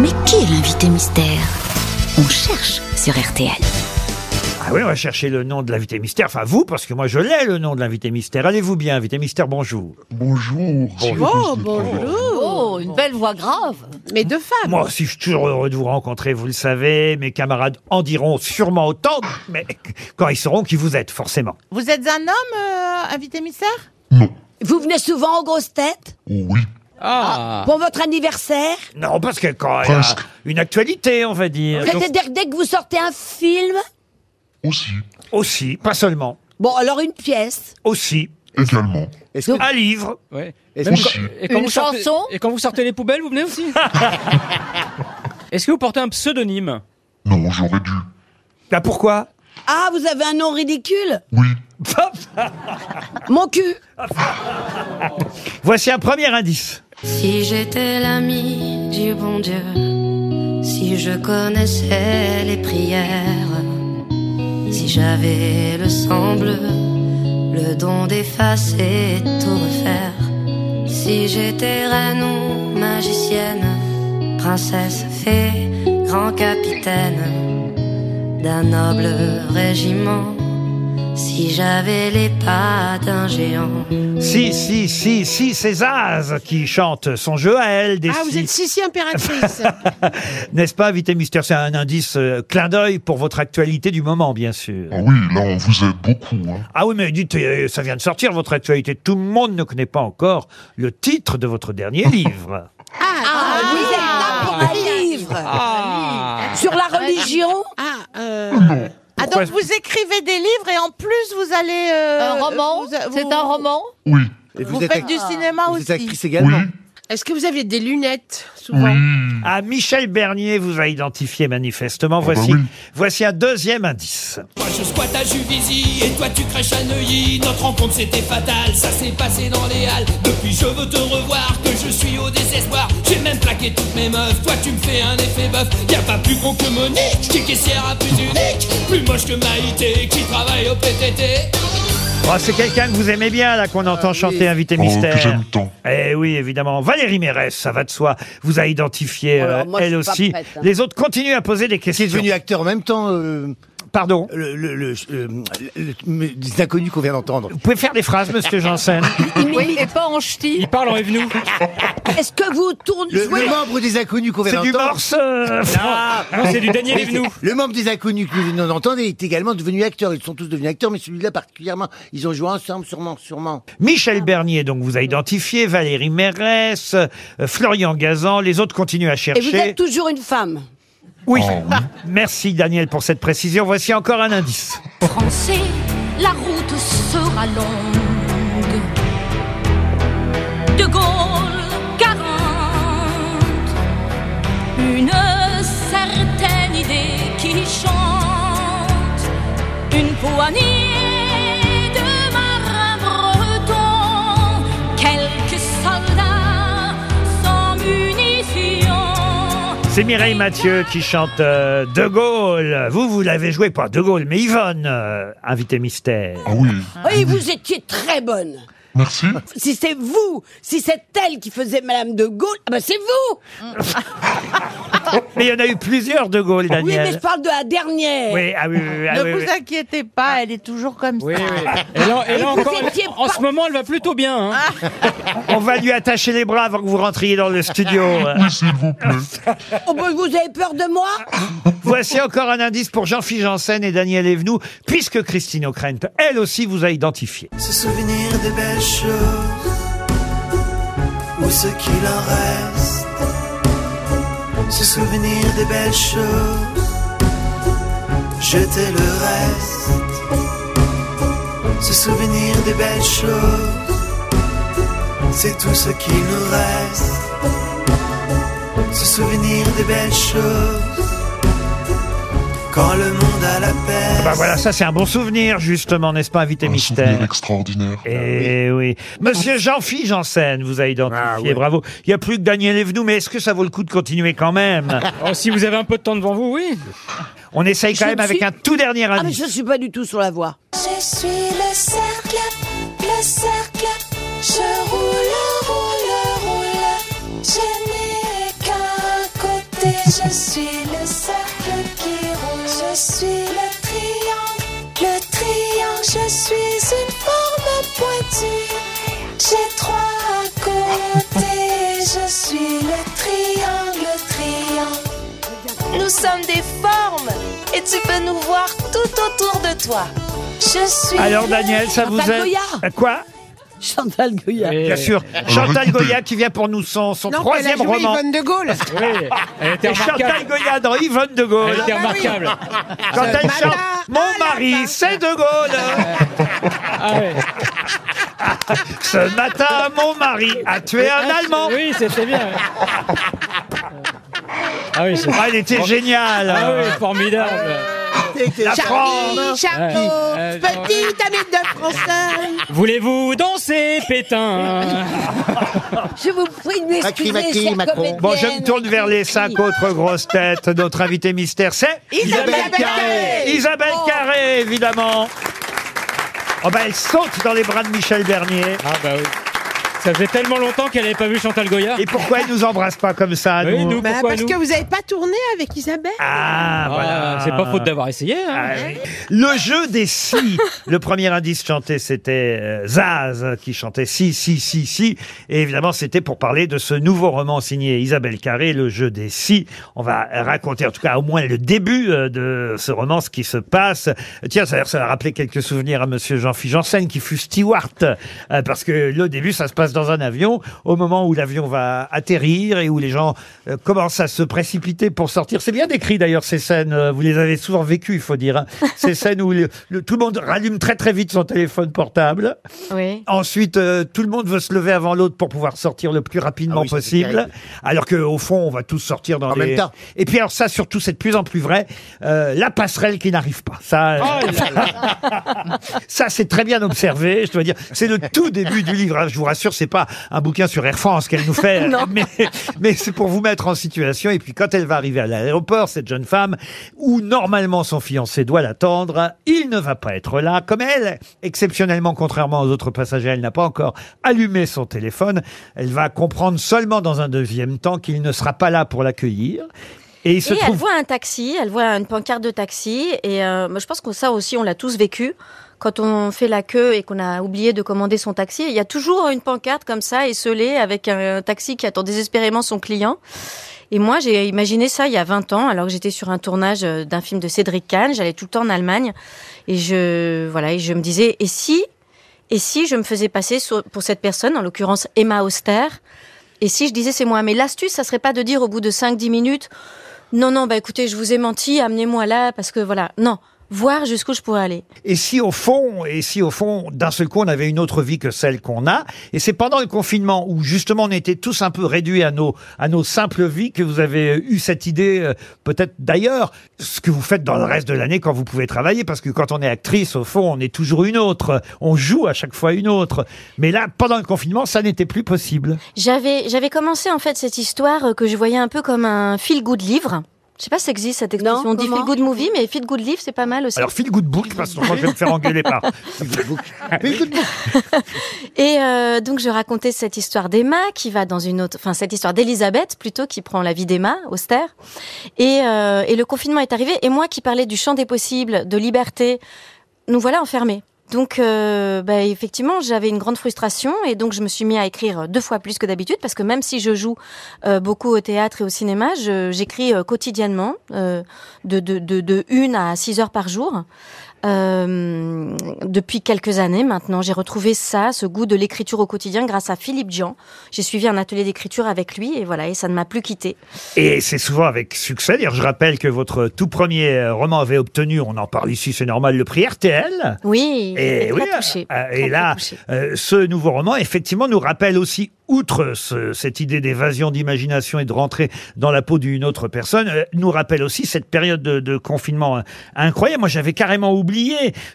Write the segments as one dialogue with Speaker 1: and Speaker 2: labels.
Speaker 1: Mais qui est l'invité mystère On cherche sur RTL.
Speaker 2: Ah oui, on va chercher le nom de l'invité mystère. Enfin, vous, parce que moi, je l'ai, le nom de l'invité mystère. Allez-vous bien, invité mystère, bonjour.
Speaker 3: Bonjour.
Speaker 4: Oh, bonjour
Speaker 1: Oh, une belle voix grave
Speaker 4: Mais de femme
Speaker 2: Moi aussi, je suis toujours heureux de vous rencontrer, vous le savez. Mes camarades en diront sûrement autant, mais quand ils sauront qui vous êtes, forcément.
Speaker 4: Vous êtes un homme, euh, invité mystère
Speaker 3: Non.
Speaker 5: Vous venez souvent aux grosses têtes
Speaker 3: Oh oui.
Speaker 6: Ah.
Speaker 5: Pour votre anniversaire
Speaker 2: Non, parce que quand il y a
Speaker 3: Presque.
Speaker 2: une actualité, on va dire. Donc,
Speaker 5: C'est-à-dire que dès que vous sortez un film
Speaker 3: Aussi.
Speaker 2: aussi, pas seulement.
Speaker 5: Bon, alors une pièce.
Speaker 2: Aussi,
Speaker 3: Également.
Speaker 6: Est-ce que-
Speaker 2: un livre.
Speaker 6: Ouais.
Speaker 3: Aussi.
Speaker 6: Ah, et quand
Speaker 1: Une
Speaker 6: vous sortez-
Speaker 1: chanson
Speaker 6: Et quand vous sortez les poubelles, vous venez aussi Est-ce que vous portez un pseudonyme
Speaker 3: Non, j'aurais dû.
Speaker 2: Là, pourquoi
Speaker 5: Ah, vous avez un nom ridicule
Speaker 3: Oui.
Speaker 5: Ah. Mon cul
Speaker 2: Voici un premier indice.
Speaker 7: Si j'étais l'ami du bon Dieu, si je connaissais les prières, si j'avais le sang bleu, le don d'effacer tout refaire, si j'étais reine ou magicienne, princesse, fée, grand capitaine d'un noble régiment, si j'avais les pas d'un géant.
Speaker 2: Si, si, si, si, c'est Zaz qui chante son jeu à elle. Des
Speaker 4: Ah,
Speaker 2: si.
Speaker 4: vous êtes Sissi impératrice Ah,
Speaker 2: N'est-ce pas, Vité Mystère C'est un indice euh, clin d'œil pour votre actualité du moment, bien sûr.
Speaker 3: Ah oui, là, on vous aide beaucoup. Hein.
Speaker 2: Ah oui, mais dites, euh, ça vient de sortir, votre actualité. Tout le monde ne connaît pas encore le titre de votre dernier livre.
Speaker 4: Ah,
Speaker 5: Ah,
Speaker 4: ah,
Speaker 5: vous êtes là pour un livre
Speaker 6: Ah
Speaker 5: Sur la religion
Speaker 4: ah, euh, ah, donc vous écrivez des livres et en plus vous allez... euh,
Speaker 1: Un roman
Speaker 4: vous- vous-
Speaker 1: C'est un roman
Speaker 3: Oui.
Speaker 6: Et
Speaker 4: Vous faites du cinéma Ah, aussi
Speaker 2: Eh
Speaker 3: Oui. Oh,
Speaker 4: Est-ce que vous aviez des lunettes, souvent
Speaker 3: Oui.
Speaker 2: Ah, Michel Bernier vous a identifié manifestement.
Speaker 3: bah
Speaker 2: Voici,
Speaker 3: oui.
Speaker 2: voici un deuxième indice.
Speaker 8: Moi je squatte à Juvisy et toi tu crèches à Neuilly. Notre rencontre c'était fatal, ça s'est passé dans les halles. Depuis je veux te revoir, que je suis au désespoir. J'ai même plaqué toutes mes meufs, toi tu me fais un effet bœuf. Y'a pas plus con que Monique, qui est caissière à plus unique. Plus moche que Maïté, qui travaille au PTT.
Speaker 2: Oh, c'est quelqu'un que vous aimez bien, là, qu'on
Speaker 5: Ah
Speaker 2: entend chanter Invité
Speaker 3: Oh, que
Speaker 2: Mystère.
Speaker 3: j'aime tant.
Speaker 2: Eh oui, évidemment. Valérie Mérès, ça va de soi, vous a identifié,
Speaker 5: Oh là,
Speaker 2: euh,
Speaker 5: moi, je
Speaker 2: elle
Speaker 5: suis pas
Speaker 2: aussi.
Speaker 5: prête, hein.
Speaker 2: Les autres continuent à poser des questions.
Speaker 9: qui est devenu acteur en même temps euh,
Speaker 2: Pardon
Speaker 9: le, le, le, euh, le- le- des inconnus qu'on vient d'entendre.
Speaker 2: Vous pouvez faire des phrases, monsieur Janssen
Speaker 1: Oui, et pas en ch'ti.
Speaker 6: Il parle en Evenou.
Speaker 5: Est-ce que vous tournez
Speaker 9: Le, le membre des inconnus qu'on
Speaker 2: C'est
Speaker 9: vient
Speaker 2: du
Speaker 9: d'entendre.
Speaker 2: morse euh,
Speaker 6: Ah, Non, c'est du Daniel Evenou.
Speaker 9: Le membre des inconnus que nous venons d'entendre est également devenu acteur. Ils sont tous devenus acteurs, mais celui-là particulièrement. Ils ont joué ensemble, sûrement, sûrement.
Speaker 2: Michel Bernier, donc, vous a identifié, Valérie Mérès, euh, Florian Gazan, les autres continuent à
Speaker 5: Et vous
Speaker 2: chercher.
Speaker 5: êtes toujours une femme
Speaker 2: Oui. Ah, Merci, Daniel, pour cette précision. Voici encore un indice.
Speaker 7: Français, la route sera longue. De Gaulle 40, une certaine idée qui chante, une poignée de marins bretons, quelques soldats sans munitions.
Speaker 2: C'est Mireille Mathieu qui chante euh, De Gaulle. Vous, vous l'avez joué, pas De Gaulle, mais Yvonne, euh, invité mystère.
Speaker 3: Ah oui.
Speaker 5: Oui, vous étiez très bonne
Speaker 3: Merci.
Speaker 5: si c'est vous, si c'est elle qui faisait Madame de Gaulle, ah ben c'est vous
Speaker 2: Mais il y en a eu plusieurs De Gaulle,
Speaker 5: Ah Oui, mais je
Speaker 2: Daniel.
Speaker 5: parle de la dernière
Speaker 2: Oui, ah oui, oui, oui, ah
Speaker 4: Ne
Speaker 2: oui,
Speaker 4: vous
Speaker 2: oui.
Speaker 4: inquiétez pas, elle est toujours comme
Speaker 6: Oui,
Speaker 4: ça.
Speaker 6: oui. Et là, et là
Speaker 5: vous
Speaker 6: encore,
Speaker 5: étiez
Speaker 6: en
Speaker 5: pas-
Speaker 6: ce moment, elle va plutôt bien. hein.
Speaker 2: On va lui attacher les bras avant que vous rentriez dans le studio.
Speaker 3: Oui, s'il vous plaît.
Speaker 5: Oh, ben, vous avez peur de moi
Speaker 2: Voici encore un indice pour Jean-Philippe Janssen et Daniel Evenou, puisque Christine O'Krent, elle aussi, vous a identifié.
Speaker 10: se souvenir des belles choses ou ce qu'il en reste. Se souvenir des belles choses, jeter le reste. Se souvenir des belles choses, c'est tout ce qui nous reste. Se souvenir des belles choses, quand le monde a la paix.
Speaker 2: Bah voilà, ça c'est un bon souvenir, justement, n'est-ce pas, invité
Speaker 3: Un souvenir
Speaker 2: mystère
Speaker 3: extraordinaire.
Speaker 2: Eh oui. Monsieur Jean-Philippe Janssen vous a identifié,
Speaker 5: Ah
Speaker 2: bravo. Il n'y a plus que Daniel Evenou, mais est-ce que ça vaut le coup de continuer quand même
Speaker 6: Oh, si vous avez un peu de temps devant vous, oui.
Speaker 2: On essaye quand
Speaker 5: Je
Speaker 2: même
Speaker 5: me
Speaker 2: avec
Speaker 5: suis-
Speaker 2: un tout dernier
Speaker 5: Ah mais
Speaker 2: indice.
Speaker 5: je suis pas du tout sur la voie
Speaker 7: Je suis le cercle, le cercle, je roule, roule, roule, je n'ai qu'un côté. Je suis le cercle qui ronde, je suis le triangle, le triangle, je suis une forme pointue. J'ai trois côtés, je suis le triangle, le triangle. Nous sommes des formes et tu peux nous voir tout autour de toi. Je suis.
Speaker 2: Alors
Speaker 7: le-
Speaker 2: Daniel, ça vous
Speaker 5: Chantal
Speaker 2: aide
Speaker 5: Goya. Euh,
Speaker 2: Quoi
Speaker 5: Chantal Goya.
Speaker 6: Oui.
Speaker 2: Bien sûr. Chantal
Speaker 3: écoutez.
Speaker 2: Goya qui vient pour nous son, son troisième roman.
Speaker 6: de Gaulle. Oui, elle était
Speaker 2: Et Chantal
Speaker 6: remarquable.
Speaker 2: Goya dans Yvonne de
Speaker 6: Elle
Speaker 2: Gaulle.
Speaker 6: était remarquable.
Speaker 2: Quand elle chante Mon mari, c'est de Gaulle.
Speaker 6: Ah ouais.
Speaker 2: Ce matin, mon mari a tué un Allemand.
Speaker 6: Ah, Oui, c'était bien. Ah oui, c'est
Speaker 2: Ah, il était génial.
Speaker 6: ah oui, formidable.
Speaker 2: La France.
Speaker 4: Charlie, Charlie,
Speaker 6: Ouais. Euh,
Speaker 4: petite amie de français.
Speaker 6: Voulez-vous danser, pétain
Speaker 5: Je vous prie de
Speaker 9: Macri,
Speaker 5: m'excuser,
Speaker 9: Macri,
Speaker 5: chère
Speaker 9: Macron.
Speaker 5: comédienne.
Speaker 2: Bon, je me tourne vers les cinq autres grosses têtes. Notre invité mystère, c'est
Speaker 4: Isabelle Carré.
Speaker 2: Isabelle Carré, évidemment. Oh ben, elle saute dans les bras de Michel Bernier.
Speaker 6: Ah bah oui. Ça faisait tellement longtemps qu'elle n'avait pas vu Chantal Goya.
Speaker 2: Et pourquoi elle nous embrasse pas comme ça,
Speaker 6: Oui,
Speaker 2: nous
Speaker 6: nous,
Speaker 4: Bah,
Speaker 6: pourquoi
Speaker 4: parce
Speaker 6: nous
Speaker 4: que vous n'avez pas tourné avec Isabelle.
Speaker 2: Ah,
Speaker 6: Ah,
Speaker 2: voilà.
Speaker 6: C'est pas faute d'avoir essayé. hein.
Speaker 2: Ah oui. Le jeu des si. Le premier indice chanté, c'était euh, Zaz qui chantait si, si, si, si. Et évidemment, c'était pour parler de ce nouveau roman signé Isabelle Carré, Le jeu des si. On va raconter, en tout cas, au moins le début euh, de ce roman, ce qui se passe. Tiens, ça, ça a rappelé quelques souvenirs à monsieur Jean-Philippe Janssen, qui fut steward. euh, parce que le début, ça se passe dans un avion. Au moment où l'avion va atterrir et où les gens euh, commencent à se précipiter pour sortir. C'est bien décrit d'ailleurs ces scènes. euh, Vous les avez souvent vécues, il faut dire. hein. ces scènes où le- le- tout le monde rallume très très vite son téléphone portable.
Speaker 4: Oui.
Speaker 2: Ensuite, euh, tout le monde veut se lever avant l'autre pour pouvoir sortir le plus rapidement
Speaker 9: Ah oui, ça, c'est
Speaker 2: possible.
Speaker 9: terrible.
Speaker 2: Alors que au fond, on va tous sortir dans
Speaker 9: En
Speaker 2: les-
Speaker 9: même temps.
Speaker 2: Et puis alors ça, surtout, c'est de plus en plus vrai. euh, la passerelle qui n'arrive pas. Ça. euh,
Speaker 9: Ah,
Speaker 6: Oh là là.
Speaker 2: ça, c'est très bien observé, je dois dire. C'est le tout début du livre. hein. Je vous rassure, c'est pas un bouquin sur Air France qu'elle nous fait. Mais, mais c'est pour vous mettre en situation. Et puis, quand elle va arriver à l'aéroport, cette jeune femme, où normalement son fiancé doit l'attendre, il ne va pas être là. Comme elle, exceptionnellement, contrairement aux autres passagers, elle n'a pas encore allumé son téléphone. Elle va comprendre seulement dans un deuxième temps qu'il ne sera pas là pour l'accueillir. Et il se
Speaker 11: Et elle
Speaker 2: trouve
Speaker 11: voit un taxi, elle voit une pancarte de taxi, et euh, moi, je pense que ça aussi, on l'a tous vécu. Quand on fait la queue et qu'on a oublié de commander son taxi, il y a toujours une pancarte comme ça, esselée, avec un taxi qui attend désespérément son client. Et moi, j'ai imaginé ça il y a 20 ans, alors que j'étais sur un tournage euh, d'un film de Cédric Kahn, j'allais tout le temps en Allemagne, et je, voilà, et je me disais, et si, et si je me faisais passer sur- pour cette personne, en l'occurrence Emma Auster, et si je disais c'est moi, mais l'astuce, ça serait pas de dire au bout de 5-10 minutes, non, non, bah écoutez, je vous ai menti, amenez-moi là, parce que voilà. Non, voir jusqu'où je pourrais aller.
Speaker 2: Et si au fond, et si au fond, d'un seul coup, on avait une autre vie que celle qu'on a, et c'est pendant le confinement où justement on était tous un peu réduits à nos à nos simples vies que vous avez eu cette idée, euh, peut-être d'ailleurs, ce que vous faites dans le reste de l'année quand vous pouvez travailler, parce que quand on est actrice, au fond, on est toujours une autre, on joue à chaque fois une autre. Mais là, pendant le confinement, ça n'était plus possible.
Speaker 11: J'avais, j'avais commencé en fait cette histoire euh, que je voyais un peu comme un feel-good livre. Je sais pas si ça existe cette expression.
Speaker 5: Non,
Speaker 11: On dit
Speaker 5: comment
Speaker 11: feel-good movie, mais feel-good livre, c'est pas mal aussi.
Speaker 2: Alors file good book, parce que moi je vais me faire engueuler par.
Speaker 11: Et euh, donc je racontais cette histoire d'Emma qui va dans une autre, enfin cette histoire d'Elisabeth plutôt qui prend la vie d'Emma austère. Et, euh, et le confinement est arrivé et moi qui parlais du champ des possibles, de liberté, nous voilà enfermés. Donc euh, bah, effectivement j'avais une grande frustration et donc je me suis mis à écrire deux fois plus que d'habitude parce que même si je joue euh, beaucoup au théâtre et au cinéma, je- j'écris euh, quotidiennement euh, de, de, de, de une à six heures par jour. Euh, depuis quelques années maintenant, j'ai retrouvé ça, ce goût de l'écriture au quotidien grâce à Philippe Dian. J'ai suivi un atelier d'écriture avec lui et voilà, et ça ne m'a plus quitté.
Speaker 2: Et c'est souvent avec succès. D'ailleurs, je rappelle que votre tout premier euh, roman avait obtenu, on en parle ici, c'est normal, le prix RTL.
Speaker 11: Oui, j'étais
Speaker 2: Et, oui,
Speaker 11: très touchée,
Speaker 2: euh,
Speaker 11: très,
Speaker 2: et
Speaker 11: très
Speaker 2: là,
Speaker 11: touchée.
Speaker 2: euh, ce nouveau roman, effectivement, nous rappelle aussi, outre ce- cette idée d'évasion, d'imagination et de rentrer dans la peau d'une autre personne, euh, nous rappelle aussi cette période de, de confinement euh, incroyable. Moi, j'avais carrément oublié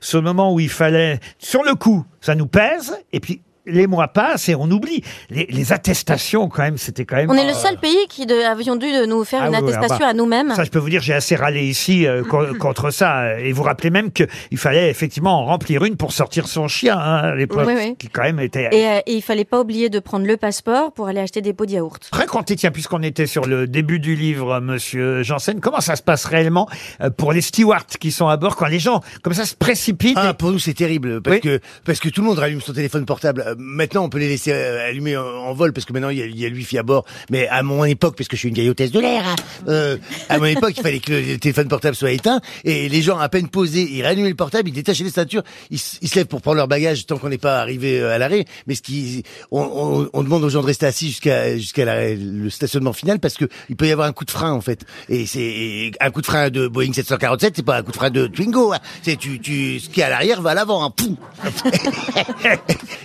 Speaker 2: ce moment où il fallait, sur le coup, ça nous pèse, et puis les mois passent et on oublie. Les, les attestations, quand même, c'était quand même.
Speaker 11: On est le seul pays qui de- avions dû de nous faire
Speaker 2: bah, Ah
Speaker 11: une
Speaker 2: oui, oui,
Speaker 11: attestation
Speaker 2: ah bah,
Speaker 11: à nous-mêmes.
Speaker 2: Ça, je peux vous dire, j'ai assez râlé ici euh, co- contre ça. Et vous rappelez même qu'il fallait effectivement en remplir une pour sortir son chien, hein, à l'époque,
Speaker 11: Oui, oui.
Speaker 2: qui quand même était
Speaker 11: Et, euh, et il fallait pas oublier de prendre le passeport pour aller acheter des pots de yaourt.
Speaker 2: Racontez, tiens, puisqu'on était sur le début du livre, euh, monsieur Janssen, comment ça se passe réellement euh, pour les stewards qui sont à bord quand les gens, comme ça, se précipitent
Speaker 9: Ah, pour nous, c'est terrible parce que parce que tout le monde rallume son téléphone portable. Euh, Maintenant, on peut les laisser euh, allumer en, en vol parce que maintenant il y a, il y a le wifi à bord. Mais à mon époque, parce que je suis une vieille hôtesse de l'air, hein, euh, à mon époque, il fallait que le, le téléphone portable soit éteint et les gens à peine posés, ils réallumaient le portable, ils détachaient les ceintures, ils, s- ils se lèvent pour prendre leur bagage tant qu'on n'est pas arrivé euh, à l'arrêt. Mais ce qui, on, on- on demande aux gens de rester assis jusqu'à jusqu'à la- le stationnement final parce que il peut y avoir un coup de frein en fait. Et c'est et un coup de frein de Boeing 747, c'est pas un coup de frein de Twingo. hein. C'est tu, tu, ce qui est à l'arrière va à l'avant. Hein. Poum.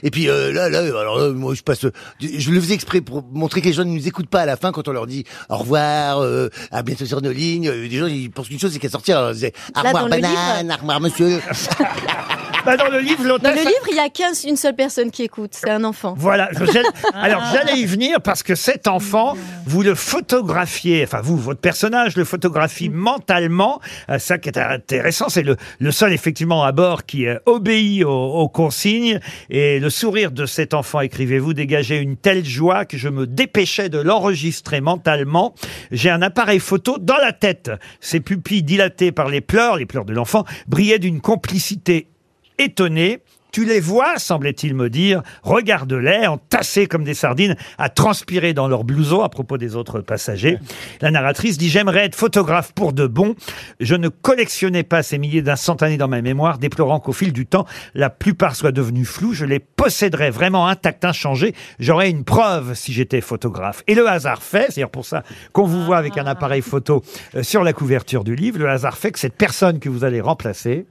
Speaker 9: Et puis euh, là, là, alors là, moi je passe, je le faisais exprès pour montrer que les gens ne nous écoutent pas à la fin quand on leur dit au revoir, euh, à bientôt sur nos lignes. Euh, Des gens ils pensent qu'une chose c'est qu'à sortir, alors, ils disaient,
Speaker 11: Là,
Speaker 9: armoire
Speaker 11: dans le livre-
Speaker 9: banane, armoire monsieur.
Speaker 2: dans Ah le livre,
Speaker 11: Dans le livre, il y a qu'une seule personne qui écoute, c'est un enfant.
Speaker 2: Voilà. je- j'allais- Alors j'allais y venir parce que cet enfant, vous le photographiez, enfin vous, votre personnage le photographie mentalement. Euh, ça qui est intéressant, c'est le, le seul effectivement à bord qui euh, obéit aux, aux consignes. Et le sourire de cet enfant, écrivez-vous, dégageait une telle joie que je me dépêchais de l'enregistrer mentalement. J'ai un appareil photo dans la tête. Ses pupilles dilatées par les pleurs, les pleurs de l'enfant, brillaient d'une complicité étonnée. Tu les vois, semblait-il me dire, regarde-les, entassés comme des sardines, à transpirer dans leur blouson à propos des autres passagers. La narratrice dit J'aimerais être photographe pour de bon. Je ne collectionnais pas ces milliers d'instantanés dans ma mémoire, déplorant qu'au fil du temps, la plupart soient devenus flous. Je les posséderais vraiment intacts, inchangés. J'aurais une preuve si j'étais photographe. Et le hasard fait, c'est-à-dire pour ça qu'on vous voit avec un appareil photo euh, sur la couverture du livre, le hasard fait que cette personne que vous allez remplacer,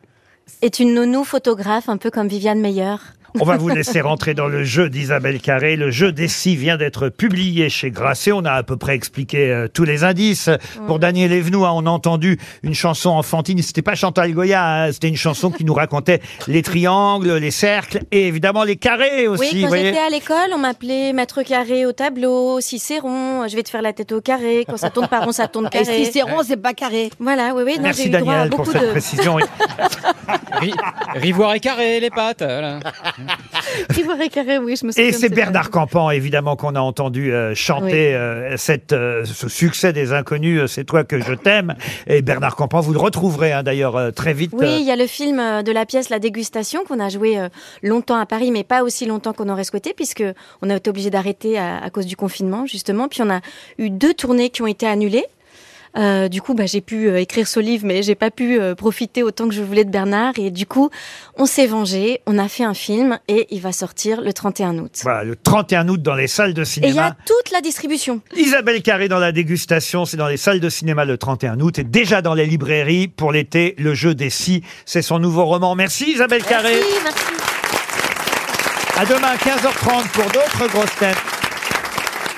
Speaker 11: Est une nounou photographe, un peu comme Viviane Meyer.
Speaker 2: on va vous laisser rentrer dans le jeu d'Isabelle Carré. Le jeu des six vient d'être publié chez Grasset. On a à peu près expliqué euh, tous les indices. Pour Daniel Evnou, hein, on a entendu une chanson enfantine. C'était pas Chantal Goya, hein, c'était une chanson qui nous racontait les triangles, les cercles et évidemment les carrés aussi.
Speaker 11: oui,
Speaker 2: vous
Speaker 11: quand
Speaker 2: voyez.
Speaker 11: j'étais à l'école, on m'appelait maître carré au tableau, Cicéron, je vais te faire la tête au carré, quand ça tourne par rond, ça tourne
Speaker 5: Et
Speaker 11: carré.
Speaker 5: Cicéron, c'est pas carré.
Speaker 11: Voilà, oui, oui, non,
Speaker 2: Merci
Speaker 11: j'ai eu droit à
Speaker 2: Daniel pour
Speaker 11: beaucoup
Speaker 2: cette
Speaker 11: de...
Speaker 2: précision. Ah.
Speaker 6: Ri- Rivoire et carré, les pattes. voilà.
Speaker 11: Ivoire et carré, oui, je me souviens
Speaker 2: Et
Speaker 11: de
Speaker 2: c'est
Speaker 11: cette-
Speaker 2: Bernard Campan, évidemment, qu'on a entendu euh, chanter
Speaker 11: Oui.
Speaker 2: euh, cette, euh, ce succès des inconnus, euh, c'est toi que je t'aime. Et Bernard Campan, vous le retrouverez hein, d'ailleurs euh, très vite.
Speaker 11: Oui,
Speaker 2: euh,
Speaker 11: il y a le film euh, de la pièce La Dégustation qu'on a joué euh, longtemps à Paris, mais pas aussi longtemps qu'on aurait souhaité, puisque on a été obligé d'arrêter à, à cause du confinement justement. Puis on a eu deux tournées qui ont été annulées. Euh, du coup, bah, j'ai pu euh, écrire ce livre, mais j'ai pas pu euh, profiter autant que je voulais de Bernard. Et du coup, on s'est vengé, on a fait un film et il va sortir le 31 août.
Speaker 2: Voilà, le 31 août dans les salles de
Speaker 11: Et il y a
Speaker 2: cinéma.
Speaker 11: toute la distribution.
Speaker 2: Isabelle Carré dans la dégustation, c'est dans les salles de cinéma le 31 août et déjà dans les librairies pour l'été, Le jeu des six, c'est son nouveau roman. Merci Isabelle Carré.
Speaker 11: merci.
Speaker 2: À demain 15h30 pour d'autres grosses têtes.